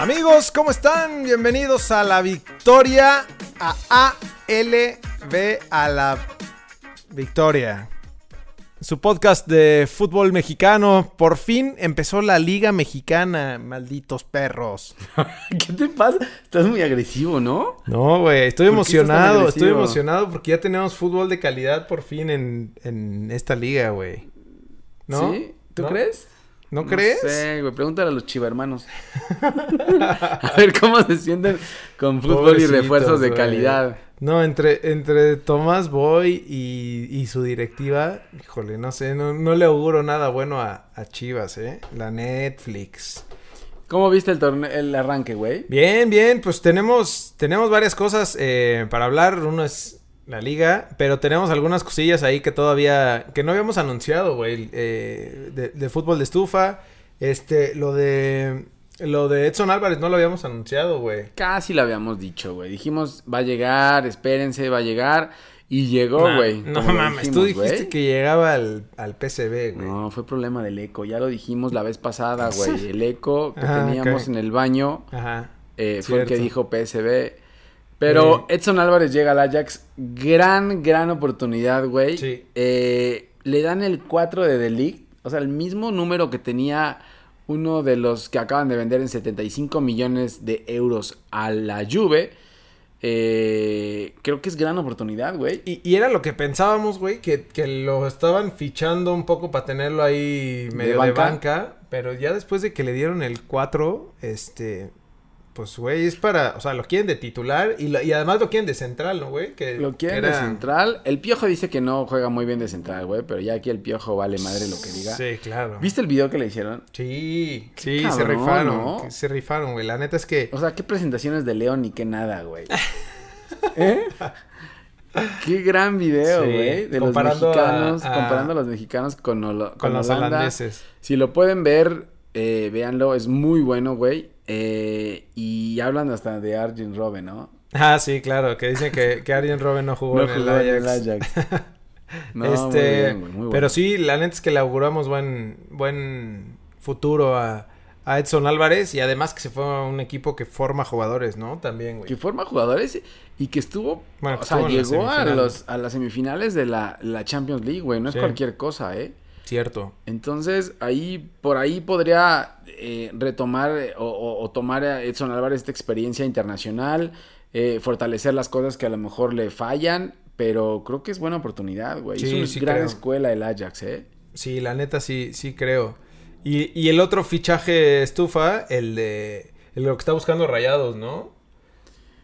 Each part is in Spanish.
amigos, ¿cómo están? Bienvenidos a la victoria, a ALB, a la victoria. Su podcast de fútbol mexicano. Por fin empezó la Liga Mexicana, malditos perros. ¿Qué te pasa? Estás muy agresivo, ¿no? No, güey, estoy ¿Por qué estás tan emocionado, estoy agresivo? emocionado porque ya tenemos fútbol de calidad por fin en, en esta liga, güey. ¿No? ¿Sí? ¿Tú ¿No? crees? ¿No, crees? No sé, güey. Pregúntale a los chivermanos. a ver cómo se sienten con fútbol y Pobrecitos, refuerzos de güey. calidad. No, entre, entre Tomás Boy y, y su directiva, híjole, no sé, no, no le auguro nada bueno a, a Chivas, ¿eh? La Netflix. ¿Cómo viste el, torne- el arranque, güey? Bien, bien, pues tenemos, tenemos varias cosas eh, para hablar. Uno es la liga, pero tenemos algunas cosillas ahí que todavía, que no habíamos anunciado, güey, eh, de, de fútbol de estufa. Este, lo de, lo de Edson Álvarez no lo habíamos anunciado, güey. Casi lo habíamos dicho, güey. Dijimos, va a llegar, espérense, va a llegar. Y llegó, Nah, güey. no como lo mames, tú dijimos, dijiste güey. que llegaba al, al PCB, güey. No, fue problema del eco. Ya lo dijimos la vez pasada, güey. El eco que Ah, teníamos ok. en el baño Ajá. eh, fue el que Cierto. Eh. dijo PSB. Pero Edson Álvarez llega al Ajax. Gran, gran oportunidad, güey. Sí. Eh, le dan el 4 de Delict. O sea, el mismo número que tenía uno de los que acaban de vender en 75 millones de euros a la Juve. Eh, creo que es gran oportunidad, güey. Y, y era lo que pensábamos, güey, que, que lo estaban fichando un poco para tenerlo ahí medio de banca. banca. Pero ya después de que le dieron el 4, este. Pues, güey, es para. O sea, lo quieren de titular y, lo- y además lo quieren de central, ¿no, güey? Que, Lo quieren que de era- central. El Piojo dice que no juega muy bien de central, güey. Pero ya aquí el Piojo vale madre lo que diga. Sí, claro. ¿Viste el video que le hicieron? Sí, sí, se cabrón, rifaron. ¿no? Se rifaron, güey. La neta es que. O sea, qué presentaciones de León y qué nada, güey. ¿Eh? Qué gran video, Sí, güey. De los comparando a- mexicanos. a- Comparando a los mexicanos con, Holo- Con los Holanda. holandeses. Si lo pueden ver, eh, véanlo. Es muy bueno, güey. Eh, y hablan hasta de Arjen Robben, ¿no? Ah, sí, claro. Que dicen que, que Arjen Robben no jugó No en el jugó en Ajax. el Ajax. No, muy este, bien, güey, muy bueno. pero sí, la neta es que le auguramos buen, buen futuro a, a Edson Álvarez y además que se fue a un equipo que forma jugadores, ¿no? También, güey. Que forma jugadores y que estuvo. Bueno, o que sea, estuvo en las llegó a, semifinales. los, a las semifinales de la, la Champions League, güey. No es Sí. cualquier cosa, ¿eh? Cierto. Entonces, ahí, por ahí podría eh, retomar eh, o, o- o tomar a Edson Álvarez esta experiencia internacional, eh, fortalecer las cosas que a lo mejor le fallan, pero creo que es buena oportunidad, güey. Sí, es sí una gran creo. escuela el Ajax, ¿eh? Sí, la neta sí, sí creo. Y, y el otro fichaje estufa, el de el de lo que está buscando Rayados, ¿no?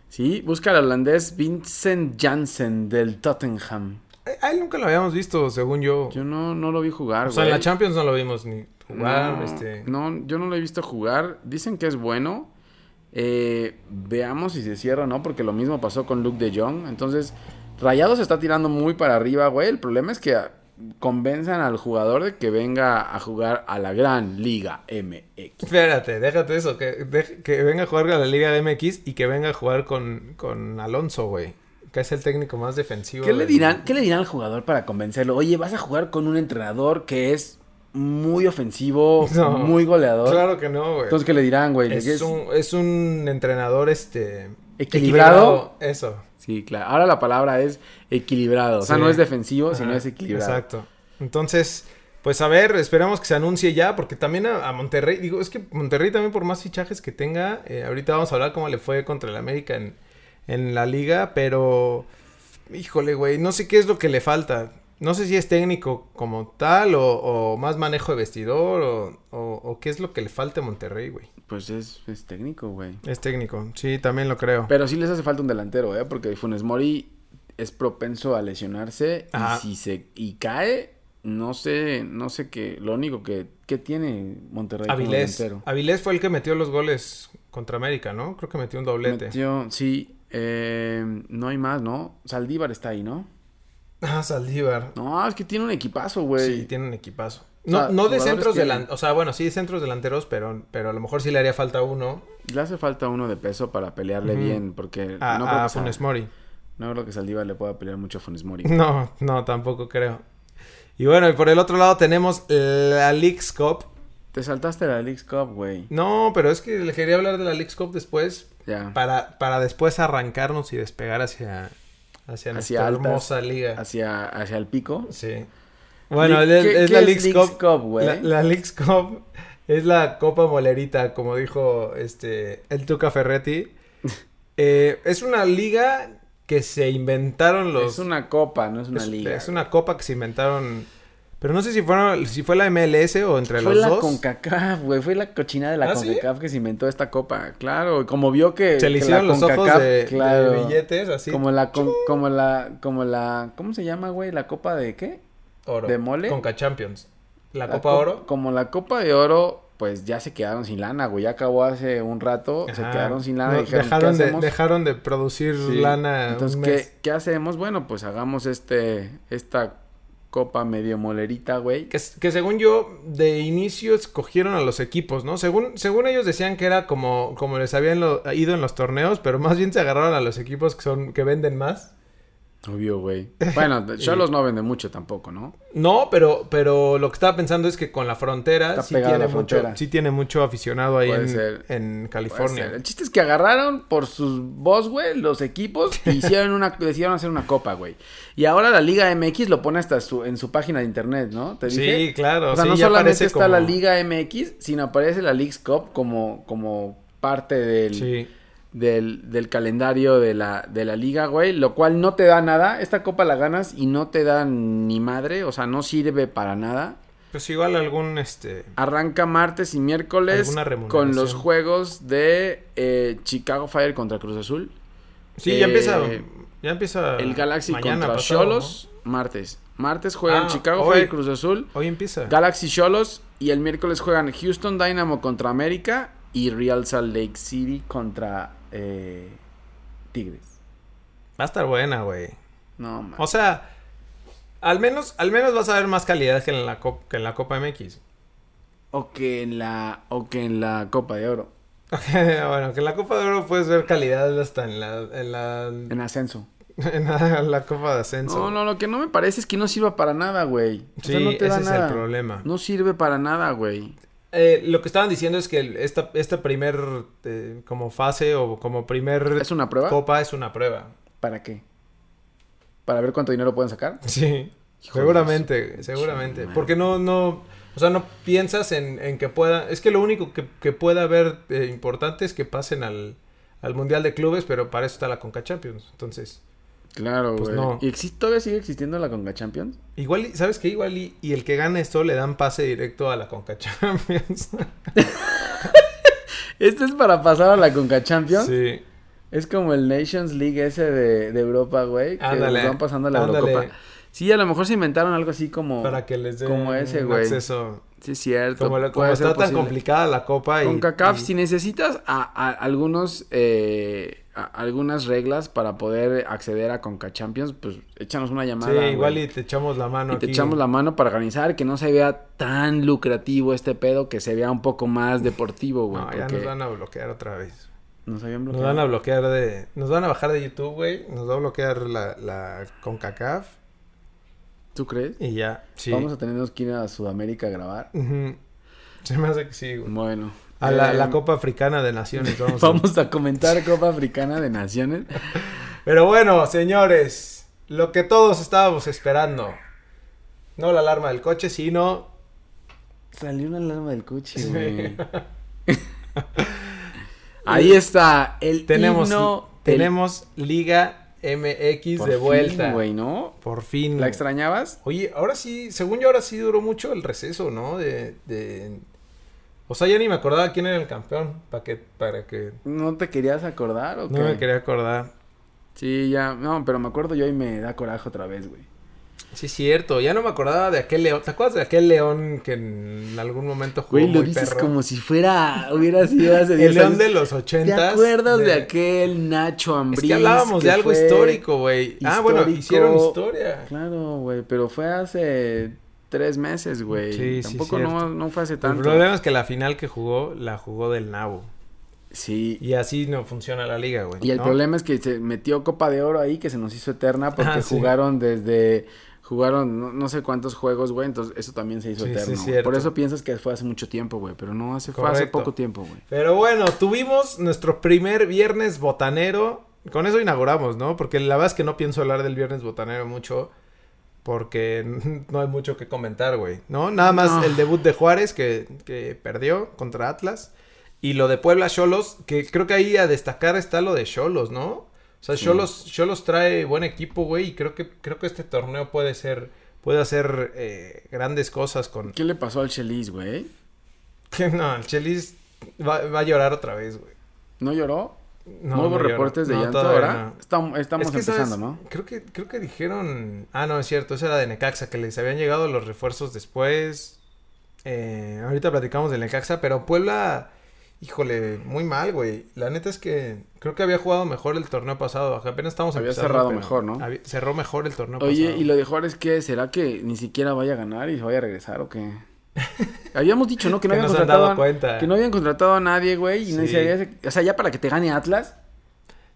Sí, busca al holandés Vincent Janssen del Tottenham. A- A él nunca lo habíamos visto, según yo. Yo no, no lo vi jugar, Oh. o sea, güey. en la Champions no lo vimos ni jugar, no, este... no, yo no lo he visto jugar. Dicen que es bueno. Eh, veamos si se cierra o no, porque lo mismo pasó con Luke de Jong. Entonces, Rayado se está tirando muy para arriba, güey. El problema es que ah, convenzan al jugador de que venga a jugar a la gran Liga MX. Espérate, déjate eso, que, dej- que venga a jugar a la Liga MX y que venga a jugar con, con Alonso, güey. Que es el técnico más defensivo. ¿Qué le, del- dirán, ¿Qué le dirán al jugador para convencerlo? Oye, vas a jugar con un entrenador que es muy ofensivo, No. muy goleador. Claro que no, güey. Entonces, ¿qué le dirán, güey? es, ¿Qué es? un, es un entrenador, este... Equilibrado. equilibrado, Eso. Sí, claro. Ahora la palabra es equilibrado. O sea, Sí. no es defensivo, sino Ajá, es equilibrado. Exacto. Entonces, pues a ver, esperamos que se anuncie ya, porque también a, a Monterrey, digo, es que Monterrey también por más fichajes que tenga, eh, ahorita vamos a hablar cómo le fue contra el América en, en la liga, pero híjole, güey, no sé qué es lo que le falta. No sé si es técnico como tal o, o más manejo de vestidor o, o- o qué es lo que le falta a Monterrey, güey. Pues es, es técnico, güey. Es técnico, sí, también lo creo. Pero sí les hace falta un delantero, ¿eh? Porque Funes Mori es propenso a lesionarse. Ajá. Y si se y cae, no sé, no sé qué. Lo único que, que tiene Monterrey como Avilés. delantero. Avilés fue el que metió los goles contra América, ¿no? Creo que metió un doblete. Metió- sí, eh, no hay más, ¿no? Saldívar está ahí, ¿no? Ah, Saldívar. No, es que tiene un equipazo, güey. Sí, tiene un equipazo. O No, no sea, de jugadores centros tienen. delanteros. O sea, bueno, sí de centros delanteros, pero, pero a lo mejor sí le haría falta uno Le hace falta uno de peso para pelearle Ujú. bien, porque a, no, a creo que Sal- Funes Mori. no creo que Saldívar le pueda pelear mucho a Funes Mori. No, no, tampoco creo. Y bueno, y por el otro lado tenemos la Leagues Cup, Te saltaste la Leagues Cup, güey. No, pero es que le quería hablar de la Leagues Cup después Ya. para, para después arrancarnos y despegar hacia, hacia nuestra altas, hermosa liga. Hacia, hacia el pico. Sí. Bueno, ¿Qué- es, qué es la es Leagues Leagues Cup. Cup, güey? la, la Leagues Cup es la Copa Molerita, como dijo este el Tuca Ferretti. Eh, es una liga que se inventaron los. Es una copa, no es una es- liga. es una copa que se inventaron. Pero no sé si fueron, si fue la MLS o entre Fue los la dos. CONCACAF, güey. Fue la cochina de la ¿Ah, sí? CONCACAF que se inventó esta copa. Claro, y como vio que. Se le que la hicieron los ojos CONCACAF, de, de claro, billetes, así. Como la, con- como la, como la, ¿cómo se llama, güey? La copa de qué? oro. de mole. Conca Champions. La, Copa co- Oro. Como la copa de oro, pues ya se quedaron sin lana, güey. Ya acabó hace un rato, se Ajá. quedaron sin lana. No, y dijeron, dejaron, ¿qué de, hacemos? dejaron de producir Sí. lana. un Entonces, mes. ¿qué, ¿qué hacemos? Bueno, pues hagamos este, esta copa medio molerita, güey. Que, que según yo, de inicio escogieron a los equipos, ¿no? Según, según ellos decían que era como, como les habían lo- ido en los torneos, pero más bien se agarraron a los equipos que son, que venden más. Obvio, güey. Bueno, Cholos no vende mucho tampoco, ¿no? No, pero, pero lo que estaba pensando es que con la frontera Está sí pegada tiene, a la mucho, frontera. sí tiene mucho aficionado ahí Puede en, ser. en Puede California. ser. El chiste es que agarraron por sus voz, güey, los equipos y hicieron una, decidieron hacer una copa, güey. Y ahora la Liga MX lo pone hasta su, en su página de internet, ¿no? ¿Te dije? Sí, claro. O sea, sí, no ya solamente parece está como- la Liga MX, sino aparece la Leagues Cup como, como parte del, Sí. del, del calendario de la, de la liga, güey. Lo cual no te da nada. Esta copa la ganas y no te da ni madre. O sea, no sirve para nada. Pues igual algún, este... Arranca martes y miércoles Alguna remuneración. con los juegos de eh, Chicago Fire contra Cruz Azul. Sí, ya Eh, empieza... Ya empieza... el Galaxy Ah, mañana contra pasado, Cholos. Martes. Martes juegan Ah, Chicago hoy. Fire Cruz Azul. ¿no? Hoy empieza. Galaxy Cholos. Y el miércoles juegan Houston Dynamo contra América. Y Real Salt Lake City contra eh, Tigres. Va a estar buena, güey. No, mames. O sea, al menos, al menos vas a ver más calidad que en la, cop- que en la Copa MX. O que en la, o que en la Copa de Oro. bueno, que en la Copa de Oro puedes ver calidad hasta en la, en la, En ascenso. en la, la Copa de Ascenso. No, no, lo que no me parece es que no sirva para nada, güey. O Sí, sea, no te ese da es nada. el problema. No sirve para nada, güey. Eh, lo que estaban diciendo es que el- esta, esta primer eh, como fase o como primer ¿Es una prueba? Copa es una prueba. ¿Para qué? ¿Para ver cuánto dinero pueden sacar? Sí. Hijo de seguramente, su seguramente. chingada. Porque no, no, o sea, no piensas en, en que pueda, es que lo único que, que pueda haber eh, importante es que pasen al, al Mundial de Clubes, pero para eso está la Conca Champions. Entonces, Claro, Pues güey. no. ¿Y exi- todavía sigue existiendo la Conga Champions? igual, y- ¿sabes qué? Igual y, y el que gane esto le dan pase directo a la Conca Champions. ¿Este es para pasar a la Conga Champions? sí. Es como el Nations League ese de, de Europa, güey. Que Ándale, nos van pasando a la ándale. Eurocopa. Sí, a lo mejor se inventaron algo así como... Para que les den como ese, un güey. acceso. Sí, es cierto. Como, lo- como puede ser está tan posible. complicada la Copa y... Con CACAF, y- si necesitas a, a- algunos, eh, a- algunas reglas para poder acceder a Conca Champions, pues échanos una Sí, llamada. igual güey. y te echamos la mano Y te aquí. echamos la mano para organizar que no se vea tan lucrativo este pedo, que se vea un poco más deportivo, güey. No, ya porque nos van a bloquear otra vez. nos habían Nos bloqueado. van a bloquear de... Nos van a bajar de YouTube, güey. Nos va a bloquear la, la CONCACAF. ¿Tú crees? Y ya. Sí. Vamos a tenernos que ir a Sudamérica a grabar. Ujú. Se me hace que sí, güey. Bueno. A la, eh, la Copa Africana de Naciones. Vamos, a- Vamos a comentar Copa Africana de Naciones. Pero bueno, señores. Lo que todos estábamos esperando. No la alarma del coche, sino... Salió una alarma del coche, güey. Ahí está el Tenemos, himno del- tenemos Liga MX Por de fin, vuelta. güey, ¿no? Por fin. ¿La extrañabas? Oye, ahora sí, según yo, ahora sí duró mucho el receso, ¿no? De, de... O sea, ya ni me acordaba quién era el campeón. Para que, para que... ¿No te querías acordar o qué? No me quería acordar. Sí, ya. No, pero me acuerdo yo y me da coraje otra vez, güey. Sí, es cierto. Ya no me acordaba de aquel león. ¿Te acuerdas de aquel león que en algún momento jugó Güey, lo muy dices perro? como si fuera, hubiera sido hace El 10 león años. de los ¿Te ochentas. acuerdas de, aquel Nacho Es Ambriz? que hablábamos de que algo fue- histórico, güey. Ah, bueno, histórico. hicieron historia. Claro, güey, pero fue hace tres meses, güey. Sí, sí, Tampoco cierto. no, no fue hace El tanto. problema es que la final que jugó, la jugó del nabo. Sí, Y así no funciona la liga, güey. Y el ¿no? problema es que se metió Copa de Oro ahí, que se nos hizo eterna, porque Ah, sí. jugaron desde. Jugaron no, no sé cuántos juegos, güey, entonces eso también se hizo Sí, sí, eterno. es güey. cierto. Por eso piensas que fue hace mucho tiempo, güey, pero no, hace, fue hace Correcto. poco tiempo, güey. Pero bueno, tuvimos nuestro primer viernes botanero. Con eso inauguramos, ¿no? Porque la verdad es que no pienso hablar del viernes botanero mucho. Porque no hay mucho que comentar, güey. ¿No? Nada más No. el debut de Juárez que, que perdió contra Atlas. Y lo de Puebla Cholos, que creo que ahí a destacar está lo de Cholos, ¿no? O sea, Cholos, Cholos trae buen equipo, güey. Y creo que, creo que este torneo puede ser. Puede hacer eh, grandes cosas con. ¿Qué le pasó al Chelis, güey? Que no, el Chelis va- va a llorar otra vez, güey. ¿No lloró? No, ¿No hubo no lloro. reportes de No, llanto todavía ahora? no. Estam- Estamos Es que, ¿sabes? empezando, ¿no? Creo que, creo que dijeron. Ah, no, es cierto, esa era de Necaxa, que les habían llegado los refuerzos después. Eh, ahorita platicamos de Necaxa, pero Puebla, híjole, muy mal, güey. La neta es que creo que había jugado mejor el torneo pasado. Apenas estamos Había empezando, cerrado pero mejor, ¿no? había- cerró mejor el torneo Oye, pasado. ¿y lo de Juárez qué? ¿Será que ni siquiera vaya a ganar y se vaya a regresar o qué? Habíamos dicho, ¿no? Que no Que habían no se han contratado, dado a- cuenta. que no habían contratado a nadie, güey. Y no Sí. se había- o sea, ya para que te gane Atlas.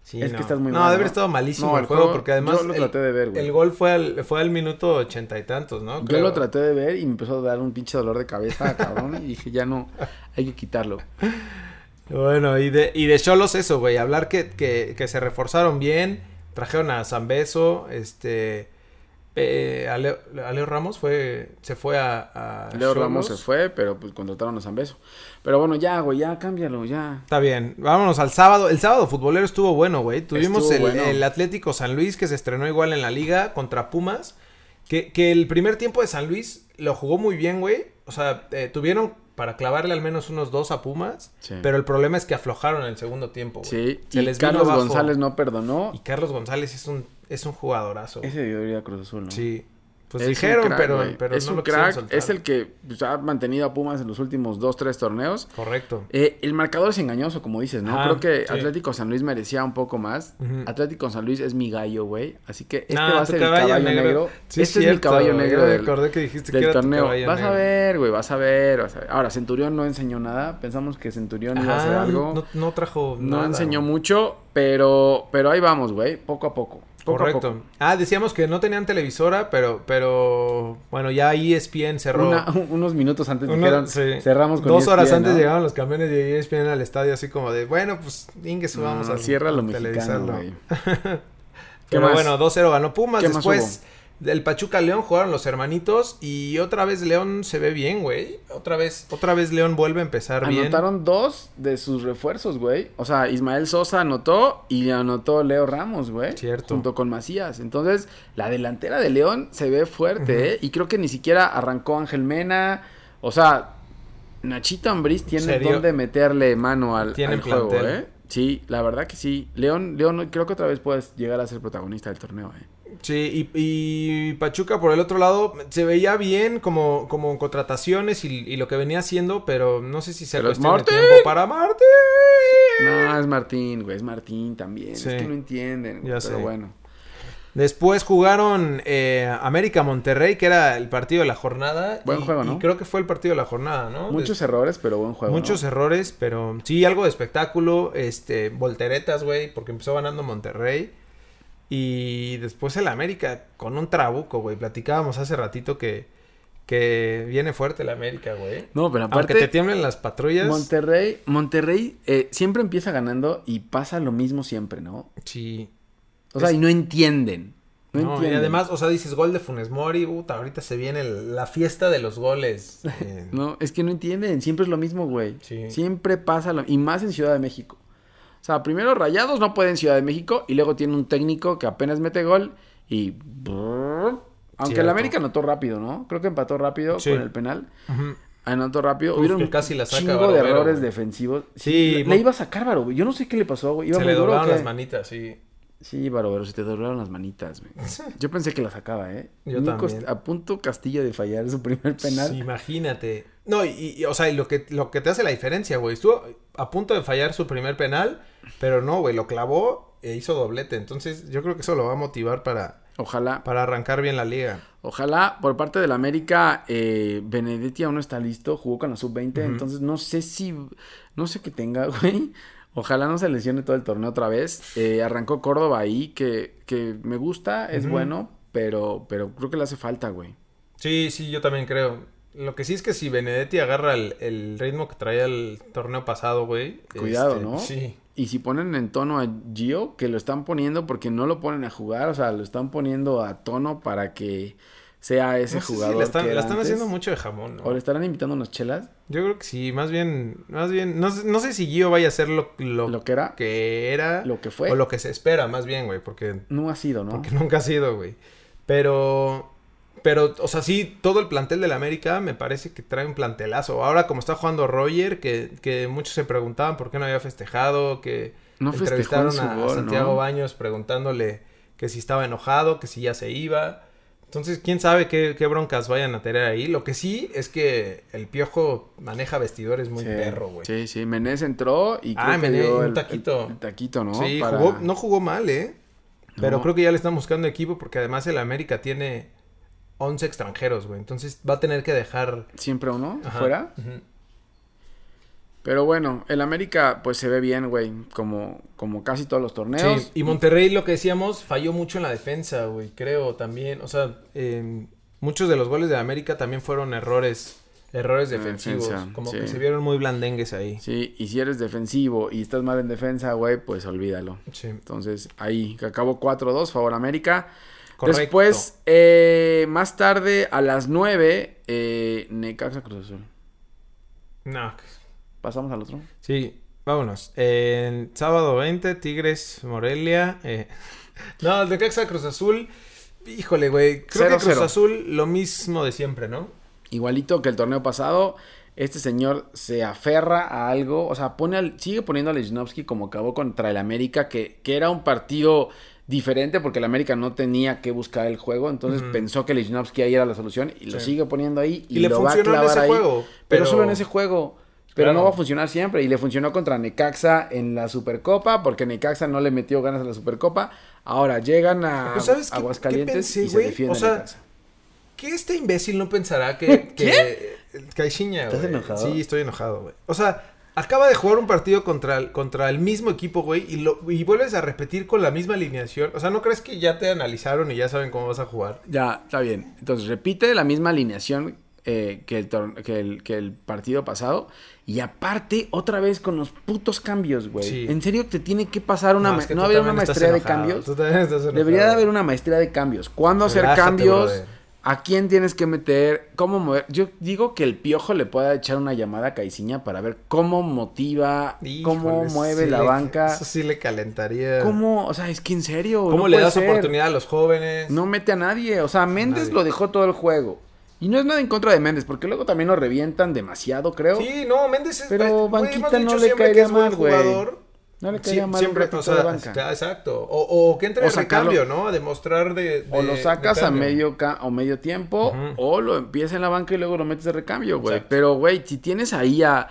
Sí, es no. que estás muy No, mal, debe haber ¿no? estado malísimo No, el el juego, juego- porque además. yo lo el- traté de ver, güey. El gol fue al, fue al minuto ochenta y tantos, ¿no? Yo Creo. lo traté de ver y me empezó a dar un pinche dolor de cabeza, cabrón. y dije, ya no, hay que quitarlo. Bueno, y de, y de Cholos eso, güey. Hablar que, que, que se reforzaron bien. Trajeron a Zambeso, este... eh, a, Leo, a Leo Ramos fue... Se fue a... a Leo Ramos se Xolos. fue, pero pues contrataron a Zambeso. Pero bueno, ya, güey, ya cámbialo, ya. Está bien. Vámonos al sábado. El sábado futbolero estuvo bueno, güey. Tuvimos Estuvo el, bueno. el Atlético San Luis que se estrenó igual en la liga contra Pumas. Que, que el primer tiempo de San Luis lo jugó muy bien, güey. O sea, eh, tuvieron para clavarle al menos unos dos a Pumas. Sí. Pero el problema es que aflojaron en el segundo tiempo, güey. Sí, Se y les vino Carlos abajo. González no perdonó. Y Carlos González es un, es un jugadorazo. güey. Ese debió ir a Cruz Azul, ¿no? Sí. Pues Es un dijeron, crack, pero, güey. pero es no un lo quisieron crack, soltar. es el que pues, ha mantenido a Pumas en los últimos dos, tres torneos. Correcto. Eh, el marcador es engañoso, como dices, ¿no? Ajá, Creo que sí. Atlético San Luis merecía un poco más. Ujú. Atlético San Luis es mi gallo, güey. Así que este Nah, va a tu ser el caballo negro. Sí, este es mi cierto, caballo güey. negro Ya me del, acordé que dijiste del que era tu torneo. caballo Vas a negro. ver, güey, vas a ver, vas a ver. Ahora, Centurión no enseñó nada. Pensamos que Centurión iba a hacer Ajá, algo. Ah, No, no trajo No nada, enseñó güey. mucho, pero, pero ahí vamos, güey. Poco a poco. poco a Correcto. poco. Ah, decíamos que no tenían televisora, pero, pero bueno, ya E ESPN cerró. Una- un- unos minutos antes Uno- dijeron, sí. cerramos con E Dos horas ESPN, antes ¿no? llegaron los camiones de E ESPN al estadio así como de, bueno, pues Inge No, subamos a Mm, Ah, cierra lo mexicano, güey. ¿Qué Pero más? bueno, 2-0 ganó Pumas. ¿Qué más Después del Pachuca León jugaron los hermanitos y otra vez León se ve bien, güey. Otra vez, otra vez León vuelve a empezar bien. Anotaron dos de sus refuerzos, güey. O sea, Ismael Sosa anotó y anotó Leo Ramos, güey. Cierto. Junto con Macías. Entonces, la delantera de León se ve fuerte, Ujú. ¿eh? Y creo que ni siquiera arrancó Ángel Mena. O sea, Nachito Ambriz tiene Serio. dónde meterle mano al, Tienen al juego, plantel. ¿eh? Sí, la verdad que sí. León, León, creo que otra vez puedes llegar a ser protagonista del torneo, ¿eh? Sí, y, y Pachuca por el otro lado se veía bien como, como en contrataciones y, y lo que venía haciendo, pero no sé si se Pero es cuestión de Martín. tiempo para Marte. No, es Martín, güey, es Martín también. Sí. Es que no entienden, güey. Ya Pero sé. bueno. Después jugaron eh, América Monterrey, que era el partido de la jornada. Buen y- juego, ¿no? Y creo que fue el partido de la jornada, ¿no? Muchos errores, pero buen juego. Muchos ¿no? errores, pero sí, algo de espectáculo. Este, volteretas, güey, porque empezó ganando Monterrey. Y después el América con un trabuco, güey. Platicábamos hace ratito que, que viene fuerte el América, güey. No, pero Aunque aparte. te tiemblen las patrullas. Monterrey, Monterrey eh, siempre empieza ganando y pasa lo mismo siempre, ¿no? sí. O sea, Es- y no entienden. No, No, y entienden. además, o sea, dices gol de Funes Mori, puta, ahorita se viene el- la fiesta de los goles. eh, No, es que no entienden. Siempre es lo mismo, güey. Sí. Siempre pasa lo Y más en Ciudad de México. O sea, primero Rayados no puede en Ciudad de México y luego tiene un técnico que apenas mete gol y. Aunque el Cierto. América anotó rápido, ¿no? Creo que empató rápido Sí. con el penal. ujú. Anotó rápido. Uf, Hubieron que casi la saca chingo de Barovero, errores güey. defensivos. Sí, le, mu- le iba a sacar Varo, güey. Yo no sé qué le pasó, güey. Iba Se le muy duro, doblaron ¿o qué? las manitas, sí. Sí, Barovero, se te doblaron las manitas, güey. Yo pensé que la sacaba, ¿eh? Yo Nico también. est- A punto Castillo de fallar su primer penal. Sí, imagínate. No, y, y, o sea, y lo que, lo que te hace la diferencia, güey. Estuvo a punto de fallar su primer penal, pero no, güey, lo clavó e hizo doblete. Entonces, yo creo que eso lo va a motivar para, Ojalá, para arrancar bien la liga. ojalá por parte del América, eh, Benedetti aún no está listo, jugó con la sub-20, Ujú. entonces no sé si, no sé qué tenga, güey. Ojalá no se lesione todo el torneo otra vez. Eh, arrancó Córdoba ahí, que, que me gusta, es Ujú. bueno, Pero, pero creo que le hace falta, güey. Sí, sí, yo también creo. Lo que sí es que si Benedetti agarra el, el ritmo que traía el torneo pasado, güey. Cuidado, este, ¿no? Sí. Y si ponen en tono a Gio, que lo están poniendo porque no lo ponen a jugar, o sea, lo están poniendo a tono para que sea ese No sé si jugador. la están, que la era están antes. haciendo mucho de jamón, ¿no? O le estarán invitando unas chelas, Yo creo que sí, más bien, más bien, no, sé- no sé si Gio vaya a ser lo, lo lo que era, que era lo que fue. o lo que se espera, más bien, güey, porque, No ha sido, ¿no? porque nunca ha sido, güey. Pero, pero, o sea, sí, todo el plantel del América me parece que trae un plantelazo. Ahora como está jugando Roger, que, que muchos se preguntaban por qué no había festejado, que No festejó en entrevistaron su a, a gol, Santiago ¿no? Baños preguntándole que si estaba enojado, que si ya se iba. Entonces, quién sabe qué, qué broncas vayan a tener ahí. Lo que sí es que el piojo maneja vestidores muy Sí, perro, güey. Sí, Sí, sí. Menés entró y creo Ah, que Menés, dio un el, taquito. el- el taquito, ¿no? Para- jugó, no jugó mal, ¿eh? Pero No. creo que ya le están buscando equipo porque además el América tiene 11 extranjeros, güey. Entonces va a tener que dejar. Siempre uno Ajá. fuera. Ujú. Pero bueno, el América pues se ve bien, güey. Como, como casi todos los torneos. Sí, y Monterrey, lo que decíamos, falló mucho en la defensa, güey, creo también. O sea, eh, muchos de los goles de América también fueron errores, errores De defensivos. defensa, como sí. que se vieron muy blandengues ahí. Sí, y si eres defensivo y estás mal en defensa, güey, pues olvídalo. Sí, Entonces, ahí, que acabó 4-2, favor América. correcto. Después, eh, más tarde, a las 9, eh, Necaxa Cruz Azul. No, Pasamos al otro. sí, vámonos. Eh, sábado 20, Tigres, Morelia. eh. No, el de Caxa Cruz Azul. Híjole, güey. Creo Cero, que Cruz cero. Azul lo mismo de siempre, ¿no? Igualito que el torneo pasado, este señor se aferra a algo, o sea, pone al- sigue poniendo a Lichnowsky como acabó contra el América, que, que era un partido diferente porque el América no tenía que buscar el juego, entonces Ujú. pensó que Lichnowsky ahí era la solución y lo Sí. sigue poniendo ahí y, Y, le lo va a funcionó en clavar ese ahí. juego. Pero solo en ese juego. Pero Claro. no va a funcionar siempre. Y le funcionó contra Necaxa en la Supercopa, porque Necaxa no le metió ganas a la Supercopa. Ahora llegan a Pero ¿sabes qué- qué Aguascalientes pensé, y se güey? defienden O sea, Necaxa. ¿Qué este imbécil no pensará que... que Caixinha, ¿Estás güey. enojado? Sí, estoy enojado, güey. O sea, acaba de jugar un partido contra el, contra el mismo equipo, güey, y, lo, y vuelves a repetir con la misma alineación. O sea, ¿no crees que ya te analizaron y ya saben cómo vas a jugar? Ya, está bien. Entonces repite la misma alineación eh, que, el tor- que, el, que el partido pasado. Y aparte, otra vez con los putos cambios, güey. Sí. En serio, te tiene que pasar una. No, ma- es que no tú había una también estás maestría de enojado. cambios. Tú también estás enojado. Debería de haber una maestría de cambios. ¿Cuándo hacer Relájate, cambios? brother. ¿A quién tienes que meter? ¿Cómo mover? Yo digo que el piojo le pueda echar una llamada a Caiciña para ver cómo motiva, cómo Híjole, mueve sí la le- banca. Eso sí le calentaría. ¿Cómo, ¿Cómo? O sea, es que en serio. no le puede das ser. oportunidad a los jóvenes? No mete a nadie. O sea, Méndez nadie. lo dejó todo el juego. Y no es nada en contra de Méndez, porque luego también lo revientan demasiado, creo. Sí, no, Méndez es... eh, Pero güey, hemos Banquita dicho no le siempre caería que es buen mal, güey. jugador. No le Sí, caía mal siempre, un ratito o sea, de banca. está- exacto. O, o que entre O de sacarlo- recambio, ¿no? A demostrar de, de- O lo de sacas a cambio. medio, ca- o medio tiempo, Ujú. o lo empiezas en la banca y luego lo metes de recambio, güey. Exacto. Pero, güey, si tienes ahí a,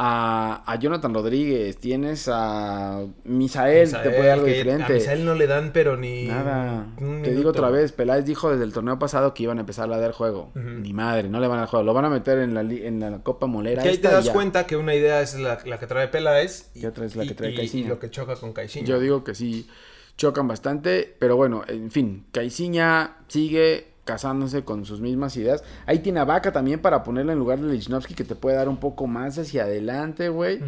a, a Jonathan Rodríguez, tienes a Misael, te Misael, puede dar algo que diferente. A Misael no le dan, pero ni. Nada. un Te digo minuto. otra vez, Peláez dijo desde el torneo pasado que iban a empezar a dar juego. Ujú. Ni madre, no le van a dar juego. Lo van a meter en la, li- en la Copa Molera. Que ahí te esta y das ya. cuenta que una idea es la, la que trae Peláez Y otra es la que trae y, Caixinha. lo que choca con Caixinha. Yo digo que sí, chocan bastante. Pero bueno, en fin, Caiciña sigue casándose con sus mismas ideas. Ahí tiene a Vaca también para ponerle en lugar de Lichnowsky que te puede dar un poco más hacia adelante, güey. Ujú.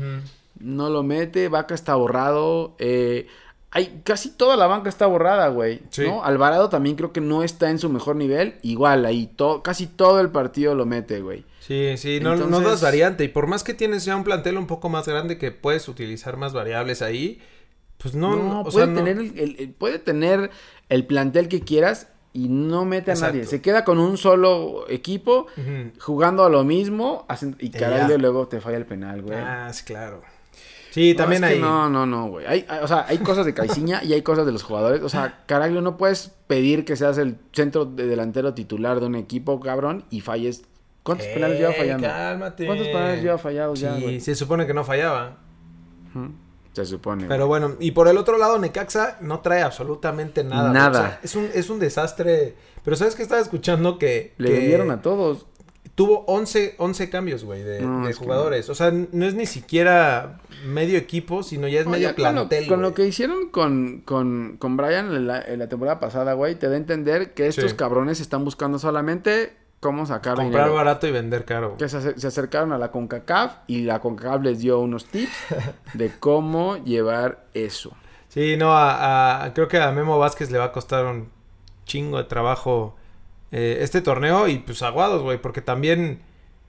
No lo mete, Vaca está borrado. eh, hay, casi toda la banca está borrada, güey. Sí. ¿no? Alvarado también creo que no está en su mejor nivel. Igual, ahí to- casi todo el partido lo mete, güey. Sí, sí, no, no Entonces- das variante. Y por más que tienes ya un plantel un poco más grande que puedes utilizar más variables ahí, pues no. No, no, o puede, sea, no- tener el, el- el- puede tener el plantel que quieras y no mete a nadie. Exacto. Se queda con un solo equipo Ujú. jugando a lo mismo hacen- y Ya. caray, luego te falla el penal, güey. Ah, sí, claro. Sí, No, también es que ahí. No, no, no, güey. Hay, hay- o sea, hay cosas de Caiciña y hay cosas de los jugadores. O sea, carajo, no puedes pedir que seas el centro de delantero titular de un equipo, cabrón, y falles. ¿Cuántos Ey, penales lleva fallando? Cálmate. ¿Cuántos penales lleva fallado ya, Eh, Sí, güey? se supone que no fallaba. Ujú. Se supone. Pero bueno, y por el otro lado, Necaxa no trae absolutamente nada. güey. Nada. O sea, es, un, es un desastre. Pero ¿sabes qué estaba escuchando? Que, güey. que Le dieron a todos. tuvo 11, 11 cambios, güey, de, No, de es que jugadores. O sea, no es ni siquiera medio equipo, sino ya es No, medio ya con lo- plantel. Con lo, güey. que hicieron con, con, con Brian en la, en la temporada pasada, güey, te da a entender que estos Sí. cabrones están buscando solamente cómo sacar Comprar dinero. barato y vender caro. Que se, ace- se acercaron a la CONCACAF y la CONCACAF les dio unos tips de cómo llevar eso. Sí, no, a, a- creo que a Memo Vázquez le va a costar un chingo de trabajo eh, este torneo y pues aguados, güey, porque también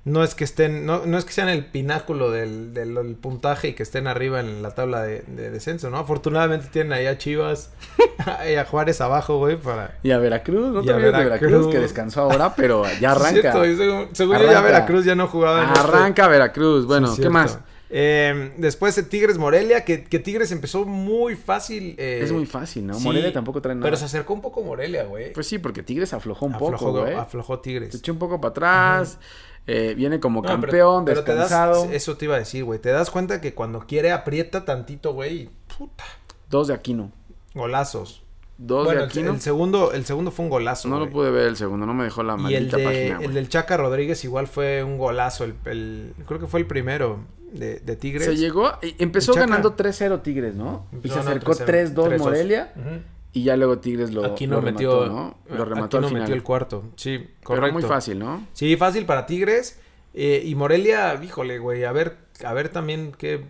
no es que estén, no, no es que sean el pináculo del, del- del puntaje y que estén arriba en la tabla de, de descenso, ¿no? Afortunadamente tienen ahí a Chivas y a Juárez abajo, güey, para... Y a Veracruz, no Y te a olvides de Veracruz Veracruz. que descansó ahora, pero ya arranca. Cierto, güey, según según yo ya Arranca. Veracruz ya no jugaba en este- Arranca Veracruz. Bueno, Sí, ¿qué cierto. más? Eh, después de Tigres Morelia, que, que Tigres empezó muy fácil. eh, es muy fácil, ¿no? sí, Morelia tampoco trae nada. Pero se acercó un poco Morelia, güey. Pues sí, porque Tigres aflojó un aflojó, poco, güey. aflojó Se Tigres. echó un poco para atrás. eh, viene como No, pero- campeón, pero te das- descansado. eso te iba a decir, güey. Te das cuenta que cuando quiere aprieta tantito, güey. y Puta. Dos de Aquino. Golazos. Dos bueno, de el- el, Aquino. segundo, el segundo fue un golazo. no lo güey. pude ver el segundo, no me dejó la Y el, maldita de- página. el güey. del Chaca Rodríguez igual fue un golazo. El, el- creo que fue el primero de, de Tigres. Se llegó, y empezó El Chaca. ganando 3-0 Tigres, ¿no? Y se Empezaron a acercó 3-0, 3-2 3-2. Morelia. Ujú. Y ya luego Tigres lo, Aquí no lo metió, remató, ¿no? Lo aquí remató no al final. metió el cuarto. Sí, correcto. Pero muy fácil, ¿no? Sí, fácil para Tigres. eh, y Morelia, híjole, güey, a ver, a ver también qué...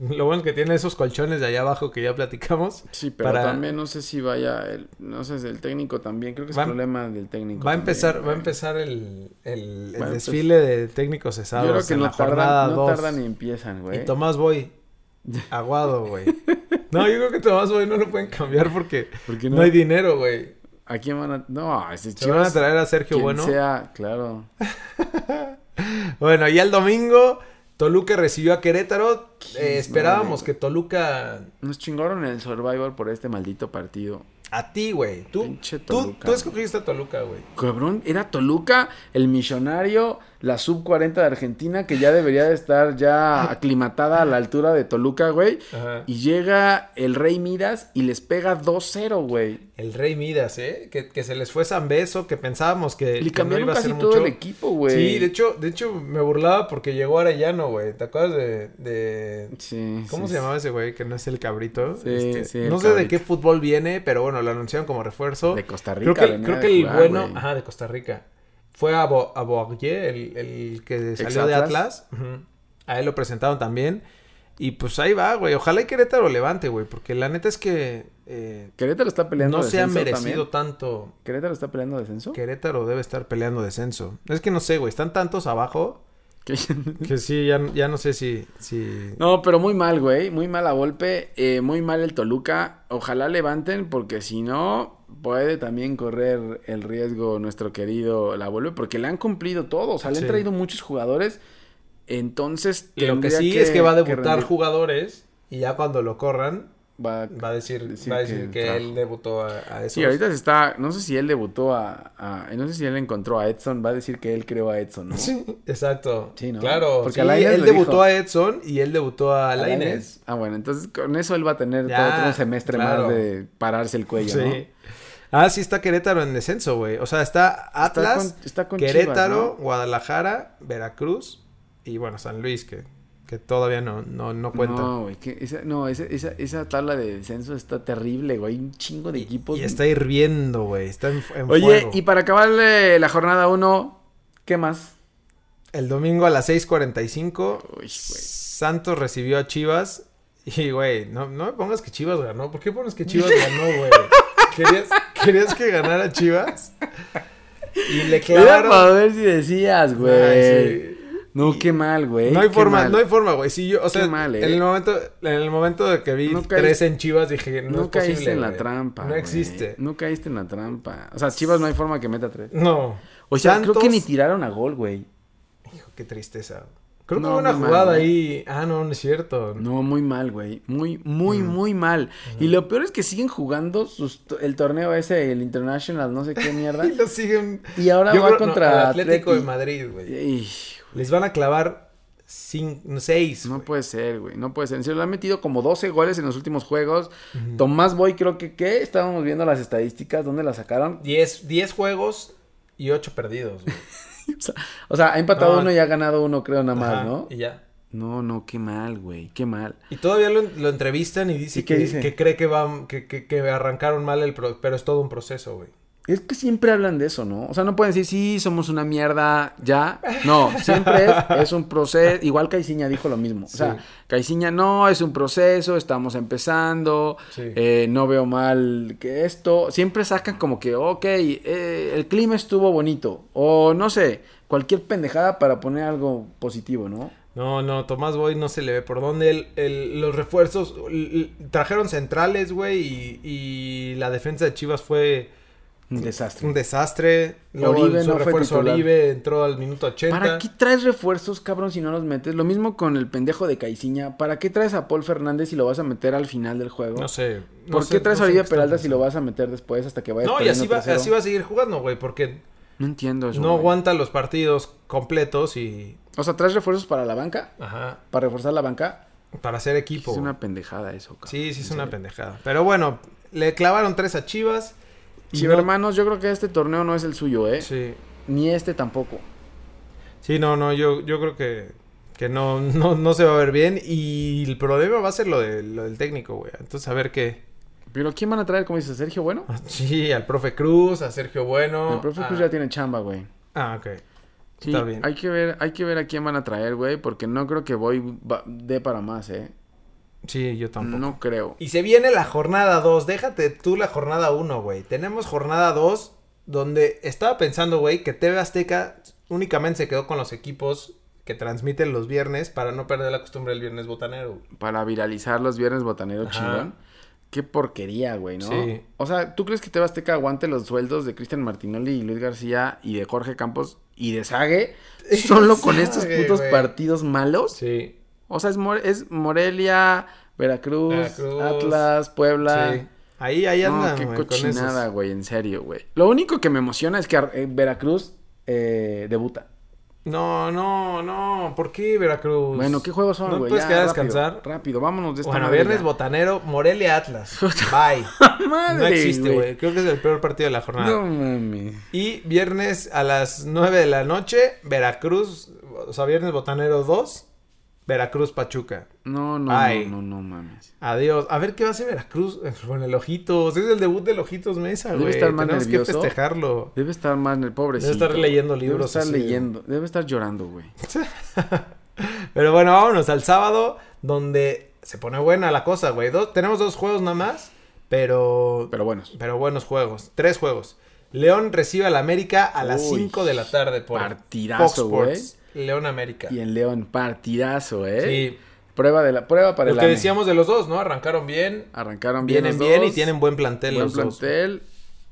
Lo bueno es que tiene esos colchones de allá abajo que ya platicamos. Sí, pero Para- también no sé si vaya, el, no sé, el técnico también, creo que es Va- em- problema del técnico. Va a también, empezar, va a güey. empezar el, el- el Va a desfile de técnicos Yo cesados creo que en no la jornada tardan, no 2. tardan ni empiezan, güey. y Tomás Boy, aguado, güey. No, yo creo que Tomás Boy no lo pueden cambiar porque ¿Por qué no, no? hay dinero, güey. ¿A quién van a...? No, ese Se van a Chivas, traer a Sergio quien Bueno. sea, claro. Bueno, y el domingo Toluca recibió a Querétaro. Eh, esperábamos madre. que Toluca Nos chingaron el Survivor por este maldito partido. a ti, güey. Tú, Pinche tú, Toluca, tú escogiste a Toluca, güey. Cabrón, era Toluca, el millonario, la sub-40 de Argentina, que ya debería de estar ya aclimatada a la altura de Toluca, güey. Ajá. Y llega el Rey Midas y les pega 2-0, güey. El Rey Midas, ¿eh? Que, que se les fue San Beso, que pensábamos que, Le que no cambiaron iba a casi ser todo mucho. el equipo, güey. Sí, de hecho, de hecho me burlaba porque llegó Arellano, güey. ¿Te acuerdas de, de- Sí, ¿Cómo sí, se llamaba ese güey que no es el cabrito? Este, Sí, sí, el no sé de cabrito. qué fútbol viene, pero bueno, lo anunciaron como refuerzo. De Costa Rica. Creo que, el- venía creo de que el jugar, bueno, güey. ajá, de Costa Rica. Fue a, Bo- a Bourdieu, el, el que salió de Ex-Atlas. Atlas. Ujú. A él lo presentaron también. Y pues ahí va, güey. Ojalá y Querétaro levante, güey. Porque la neta es que eh, Querétaro está peleando no se ha descenso merecido también. tanto. Querétaro está peleando descenso. Querétaro debe estar peleando descenso. Es que no sé, güey. Están tantos abajo Que- que sí, ya, ya no sé si... si... No, pero muy mal, güey. Muy mal a golpe. eh, muy mal el Toluca. Ojalá levanten, porque si no, puede también correr el riesgo nuestro querido La Volpe, porque le han cumplido todo. O sea, le han Sí. traído muchos jugadores. Entonces, Y Lo que tendría sí es que va a debutar rendir. jugadores y ya cuando lo corran Va- va a decir, Decir va a decir que que, trajo. él debutó a, a esos. Sí, ahorita se está. No sé si él debutó a, a- No sé si él encontró a Edson. Va a decir que él creó a Edson, ¿no? Sí, exacto. Sí, ¿no? Claro. Porque sí, Alaines él le dijo- debutó a Edson y él debutó a Lainez. Ah, bueno, entonces con eso él va a tener Ya, todo, todo un semestre claro. más de pararse el cuello, ¿no? Sí. Ah, sí está Querétaro en descenso, güey. O sea, está Atlas, con- está con Querétaro, Chivas, Guadalajara, Veracruz y bueno, San Luis, que, que todavía no, no, no cuenta. No, güey, que esa, no, esa, esa, esa tabla de descenso está terrible, güey. Hay un chingo de equipos. Y está hirviendo, güey. Está en, en Oye, fuego. y para acabar eh, la jornada 1, ¿qué más? El domingo a las 6.45 Uy, güey. Santos recibió a Chivas. Y, güey, no, no me pongas que Chivas ganó. ¿Por qué pones que Chivas ganó, güey? ¿Querías, querías que ganara Chivas? Y le Era para clavaron. ver si decías, güey. Ay, sí. No, Y- qué mal, güey. No hay qué forma, mal. no hay forma, güey. Si yo, o sea, mal, eh. en, el momento, en el momento de que vi No caí- tres en Chivas, dije, no, No es caíste posible, en la güey. trampa. No güey. existe. No caíste en la trampa. O sea, Chivas no hay forma que meta tres. No. O sea, creo que Santos- ni tiraron a gol, güey. Hijo, qué tristeza. Creo No, que hubo una muy mal, jugada güey. ahí. Ah, no, no es cierto. No, muy mal, güey. Muy, muy, Mm. muy mal. Y lo peor es que siguen jugando sus to- el torneo ese, el International, no sé qué mierda. Y lo siguen. y ahora Yo va creo- no, contra al Atlético de Atleti. Madrid, güey. Ey, Les van a clavar cinco, seis. no güey. puede ser, güey. No puede ser. En serio, le han metido como 12 goles en los últimos juegos. Tomás Boy, creo que qué. Estábamos viendo las estadísticas, dónde las sacaron. Diez, diez juegos y ocho perdidos. güey. o, sea, o sea, ha empatado No. uno y ha ganado uno, creo, nada más, Ajá, ¿no? Y ya. No, no, qué mal, güey, qué mal. Y todavía lo, lo entrevistan y dice ¿Y qué que, dice? que cree que, va, que, que, que arrancaron mal el pro- pero es todo un proceso, güey. Es que siempre hablan de eso, ¿no? O sea, no pueden decir, sí, somos una mierda, ya. No, siempre es, es un proceso. Igual Caiciña dijo lo mismo. O sea, Sí. Caiciña, no, es un proceso, estamos empezando, Sí. eh, no veo mal que esto. Siempre sacan como que, ok, eh, el clima estuvo bonito. O no sé, cualquier pendejada para poner algo positivo, ¿no? No, no, Tomás Boy no se le ve por dónde. El- el- los refuerzos l- l- trajeron centrales, güey, y, y la defensa de Chivas fue Un desastre. un desastre. Luego Oribe el- su no fue refuerzo titular. Oribe entró al minuto 80. ¿Para qué traes refuerzos, cabrón, si no los metes? Lo mismo con el pendejo de Caiciña. ¿Para qué traes a Paul Fernández si lo vas a meter al final del juego? No sé. no ¿Por sé- qué traes no a sé Olivia qué Peralta están si lo vas a meter después hasta que vaya pensando. No, y perdiendo así va, 3-0? así va a seguir jugando, güey, porque No entiendo eso. no Pues, güey. aguanta los partidos completos y... O sea, traes refuerzos para la banca, Ajá, para reforzar la banca. para hacer Es equipo. güey. una pendejada eso, cabrón. Sí, sí es una pendejada. Pero bueno, le clavaron tres a Chivas. y Sí, no- hermanos, yo creo que este torneo no es el suyo, ¿eh? Sí. Ni este tampoco. Sí, no, no, yo, yo creo que, que no, no, no se va a ver bien. Y el problema va a ser lo, de, lo del técnico, güey. Entonces, a ver qué. Pero ¿quién van a traer, como dice Sergio Bueno? Sí, al profe Cruz, a Sergio Bueno. el profe a- Cruz ya tiene chamba, güey. Ah, ok. Sí, Está bien. Hay que, ver, hay que ver a quién van a traer, güey, porque no creo que voy va- dé para más, ¿eh? Sí, yo tampoco. No creo. Y se viene la jornada 2. Déjate tú la jornada 1, güey. Tenemos jornada 2 donde estaba pensando, güey, que TV Azteca únicamente se quedó con los equipos que transmiten los viernes para no perder la costumbre del viernes botanero. güey. para viralizar los viernes botanero Ajá. chingón. Qué porquería, güey, ¿no? Sí. O sea, ¿tú crees que Teba Azteca aguante los sueldos de Cristian Martinoli y Luis García y de Jorge Campos y de Sague solo con Sague, estos putos güey. partidos malos? Sí. O sea, es, More- es Morelia, Veracruz, Veracruz. Atlas, Puebla. Sí. Ahí, ahí No, andan, qué güey, con esos. cochinada, güey, en serio, güey. Lo único que me emociona es que Ar- eh, Veracruz eh, debuta. No, no, no. ¿Por qué Veracruz? Bueno, ¿qué juegos son, Pues, ¿No güey? puedes Ya, quedar a rápido, descansar? Rápido, vámonos de esta Bueno, madre viernes ya. botanero, Morelia Atlas. Bye. Madre, No existe, güey. Creo que es el peor partido de la jornada. No mames. Y viernes a las 9 de la noche, Veracruz, o sea, viernes botanero 2, Veracruz Pachuca. No, no, Ay. no, no, no mames. Adiós. A ver qué va a hacer Veracruz con el Ojitos. Es el debut del Ojitos Mesa, Debe güey. estar más Tenemos que nervioso. festejarlo. Debe estar más el pobrecito. Debe estar leyendo Debe libros estar así de- leyendo. Debe estar llorando, güey. Pero bueno, vámonos al sábado, donde se pone buena la cosa, güey. Dos- tenemos dos juegos nada más, pero, pero... Pero bueno. buenos juegos. Tres juegos. León recibe al América a las Uy, 5 de la tarde por partidazo, León América. Y en León, partidazo, ¿eh? Sí. Prueba de la prueba para Lo el que AME. decíamos de los dos, ¿no? Arrancaron bien, Arrancaron bien. vienen los bien y dos. tienen buen plantel Buen los plantel.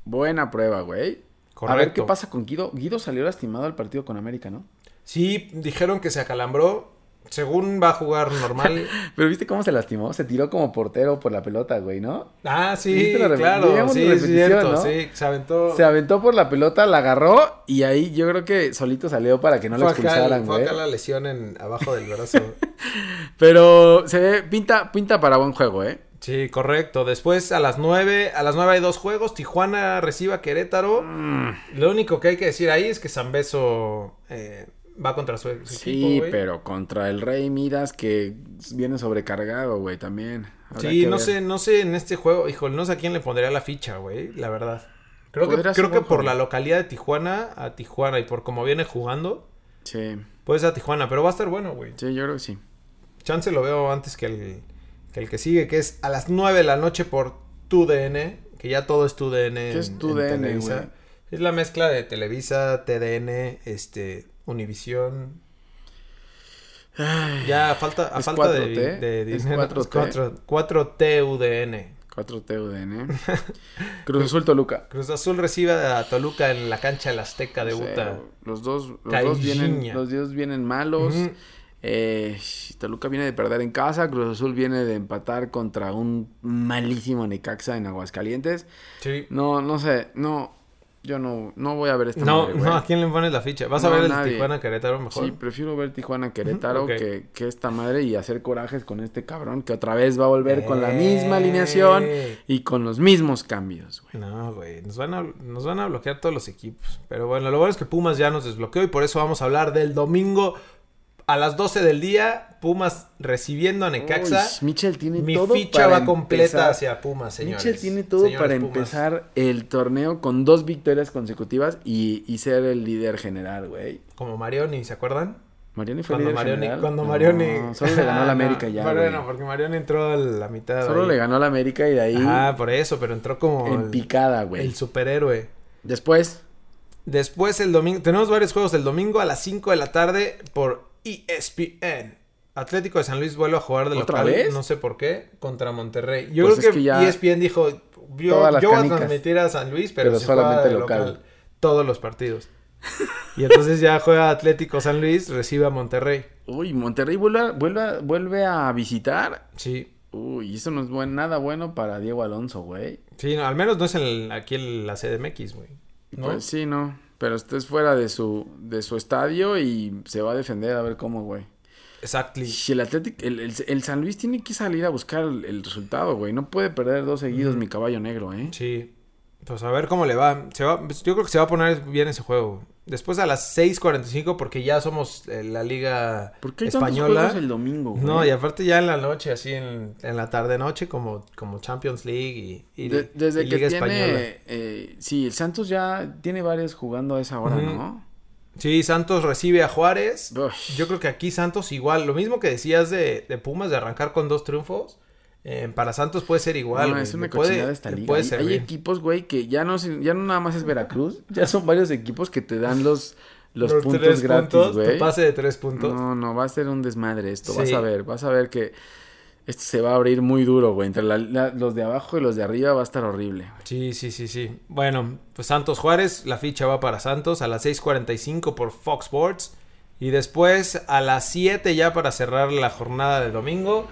Buena prueba, güey. Correcto. A ver qué pasa con Guido. Guido salió lastimado al partido con América, ¿no? dos. Sí, dijeron que se acalambró. Según va a jugar normal. Pero viste cómo se lastimó. Se tiró como portero por la pelota, güey, ¿no? Ah, sí, ¿Viste la rep- claro. veíamos Sí, la es repetición, cierto. no? Sí, se aventó. Se aventó por la pelota, la agarró y ahí yo creo que solito salió para que no lo fue, acá, expulsaran, ¿eh? fue güey. acá la lesión en abajo del brazo. Pero se ve, pinta, pinta para buen juego, ¿eh? sí, correcto. Después a las 9, a las 9 hay dos juegos. Tijuana recibe a Querétaro. Mm. Lo único que hay que decir ahí es que Zambeso eh, va contra su, su equipo, Sí, güey. pero contra el Rey Midas que viene sobrecargado, güey, también. Habrá Sí, que no ver. sé, no sé en este juego, híjole, no sé a quién le pondría la ficha, güey, la verdad. Creo que, Podría ser creo que buen por juego. la localidad de Tijuana a Tijuana y por cómo viene jugando, Sí, puede ser a Tijuana, pero va a estar bueno, güey. sí, yo creo que sí. Chance lo veo antes que el que, el que sigue, que es a las 9 de la noche por TUDN, que ya todo es TUDN. ¿Qué es TUDN, güey? Es la mezcla de Televisa, TDN, este, Univisión. Ya falta, a Es falta de- 4T, de, es dinero, es 4T. 4, 4TUDN. 4T UDN. ¿eh? Cruz Azul Toluca. Cruz Azul recibe a Toluca en la cancha del Azteca de Utah. Cero. Los dos, los dos vienen, Caixinha. los dos vienen malos. Ujú. Eh, Toluca viene de perder en casa, Cruz Azul viene de empatar contra un malísimo Necaxa en Aguascalientes. Sí. No, no sé, no. Yo no, no voy a ver esta No, madre, güey. no, ¿a quién le pones la ficha? ¿Vas No, a ver el nadie. Tijuana Querétaro mejor? Sí, prefiero ver Tijuana Querétaro ok. que, que esta madre y hacer corajes con este cabrón que otra vez va a volver con la misma Eh. alineación ¡Ey! y con los mismos cambios, güey. Eh. No, güey, nos van, a, nos van a bloquear todos los equipos. Pero bueno, lo bueno es que Pumas ya nos desbloqueó y por eso vamos a hablar del domingo a las 12 del día. Pumas recibiendo a Necaxa. Uy, Mitchell tiene Mi todo ficha para va completa empezar. hacia Pumas, señores. Mitchell tiene todo Señores para Pumas. empezar el torneo con dos victorias consecutivas y, y ser el líder general, güey. Como Marioni, ¿se acuerdan? Marioni fue Cuando líder Marioni, general. cuando No, Marioni... solo le ganó a la Ah, América ya, Pero güey. bueno, porque Marioni entró a la mitad. Solo ahí. le ganó a la América y de ahí Ah, por eso, pero entró como en el- picada, güey. el superhéroe. Después, Después el domingo, tenemos varios juegos el domingo a las 5 de la tarde por E ESPN. Atlético de San Luis vuelve a jugar de ¿Otra local, vez? no sé por qué, contra Monterrey. Yo Pues creo es que, E que ya ESPN dijo, yo, todas las yo voy a canicas. transmitir a San Luis, pero, Pero se juega solamente de local. Todos los partidos. Y entonces ya juega Atlético San Luis, recibe a Monterrey. uy, Monterrey vuelve a, vuelve a- vuelve a visitar. Sí, Uy, eso no es buen- nada bueno para Diego Alonso, güey. sí, no, al menos no es en el- aquí en la CDMX, güey. ¿no? Pues sí, no. Pero este es fuera de su, de su estadio y se va a defender a ver cómo, güey. Exactly. Si el Atlético, el, el- el San Luis tiene que salir a buscar el, el resultado, güey. No puede perder dos seguidos mi caballo negro, ¿eh? Sí. Pues a ver cómo le va. Se va- pues, Yo creo que se va a poner bien ese juego. Después a las 6.45 porque ya somos eh, la liga ¿Por qué hay tantos española. juegos el domingo, güey? No, y aparte ya en la noche, así en, en la tarde-noche como, como Champions League y, y- De- desde y que liga española. tiene... eh, sí, el Santos ya tiene varios jugando a esa hora, Ujú. ¿no? Sí, Santos recibe a Juárez. Uy. Yo creo que aquí Santos igual. Lo mismo que decías de, de Pumas de arrancar con dos triunfos. eh, para Santos puede ser igual. No, güey. es una Le puede- cochinada esta le liga. ¿eh? puede Hay- hay, servir. equipos, güey, que ya no, se- ya no nada más es Veracruz. Ya son varios equipos que te dan los, los, puntos tres gratis, puntos, tu güey. pase de tres puntos. No, no, va a ser un desmadre esto. Vas Sí. a ver, vas a ver que esto se va a abrir muy duro, güey. Entre la- la- los de abajo y los de arriba va a estar horrible. Sí, sí, sí, sí. Bueno, pues Santos Juárez, la ficha va para Santos a las 6:45 por Fox Sports. Y después a las 7 ya para cerrar la jornada de domingo.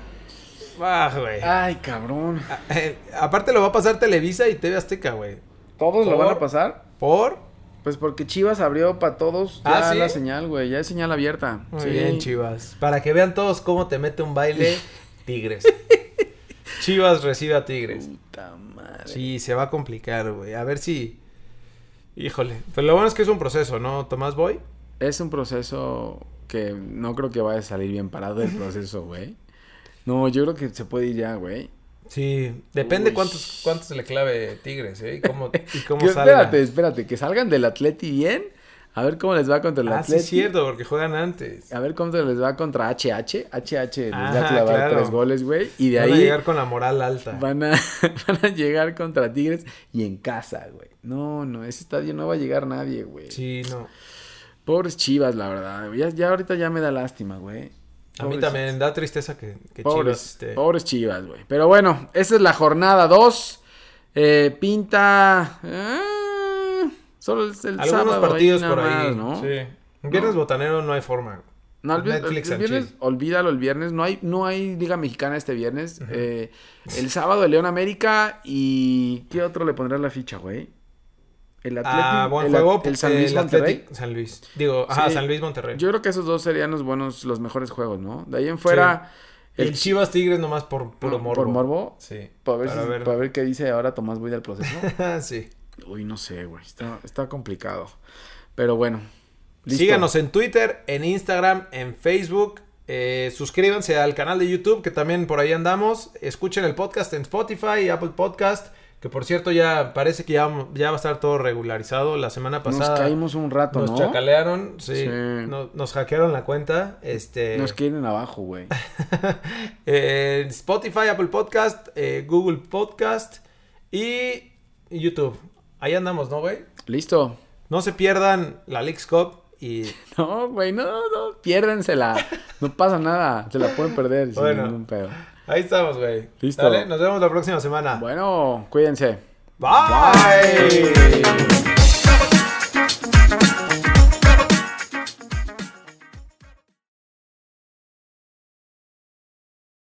Ah, güey. Ay, cabrón. Ah, eh, aparte lo va a pasar Televisa y TV Azteca, güey. ¿Todos lo van a Por- pasar? Por. Pues porque Chivas abrió para todos Ah, ya ¿sí? la señal, güey. Ya es señal abierta. Muy Sí. bien, Chivas. Para que vean todos cómo te mete un baile Tigres. Chivas recibe a Tigres. Puta madre. Sí, se va a complicar, güey. A ver si. Híjole. Pero lo bueno es que es un proceso, ¿no, Tomás Boy? Es un proceso que no creo que vaya a salir bien parado el proceso, güey. No, yo creo que se puede ir ya, güey. Sí, depende Uy. cuántos, cuántos le clave Tigres, ¿eh? Y cómo, y cómo Que salgan. espérate, espérate, que salgan del Atleti bien. A ver cómo les va contra el Ah, sí, Atleti. es cierto, porque juegan antes. A ver cómo se les va contra HH. HH les va Ajá, a clavar claro. tres goles, güey. Y de Van a ahí llegar con la moral alta. van a, van a llegar contra Tigres y en casa, güey. No, no, ese estadio no va a llegar nadie, güey. Sí, no. Pobres chivas, la verdad. Ya, ya ahorita ya me da lástima, güey. A mí Pobrecitos. también da tristeza que, que Pobres, Chivas esté- pobres chivas, güey. Pero bueno, esa es la jornada 2. pinta. eh, solo es el Algunos sábado. partidos ahí por nada ahí, más, ¿no? Sí. Un Viernes botanero no hay forma. No, el, vi- Netflix el- el and viernes, chill. olvídalo el viernes, no hay, no hay Liga Mexicana este viernes. Eh, el sábado el León América y ¿qué otro le pondrás la ficha, güey? El Atlético, Ah, buen el, juego. el San eh, Luis el Monterrey. Athletic- San Luis. Digo, ajá, Sí. San Luis Monterrey. Yo creo que esos dos serían los buenos, los mejores juegos, ¿no? De ahí en fuera, Y el Chivas Tigres nomás por puro Ah, morbo. por morbo. Sí. para ver, Para si- ver. para ver qué dice ahora Tomás Boy del proceso. sí. Uy, no sé, güey. Está, está complicado. Pero bueno. listo. Síganos en Twitter, en Instagram, en Facebook. Eh, suscríbanse al canal de YouTube, que también por ahí andamos. Escuchen el podcast en Spotify, Apple Podcast. Que por cierto, ya parece que ya, ya va a estar todo regularizado. La semana Nos pasada caímos un rato, nos ¿no? chacalearon, sí, Sí. no- nos hackearon la cuenta. Este, Nos quieren abajo, güey. eh, Spotify, Apple Podcast, eh, Google Podcast y YouTube. Ahí andamos, ¿no, güey? Listo. No se pierdan la Leagues Cup y No, güey, no, no, piérdensela. No pasa nada, se la pueden perder sin Bueno. ningún pedo. Ahí estamos, güey. Listo. Dale, nos vemos la próxima semana. Bueno, cuídense. Bye. Bye.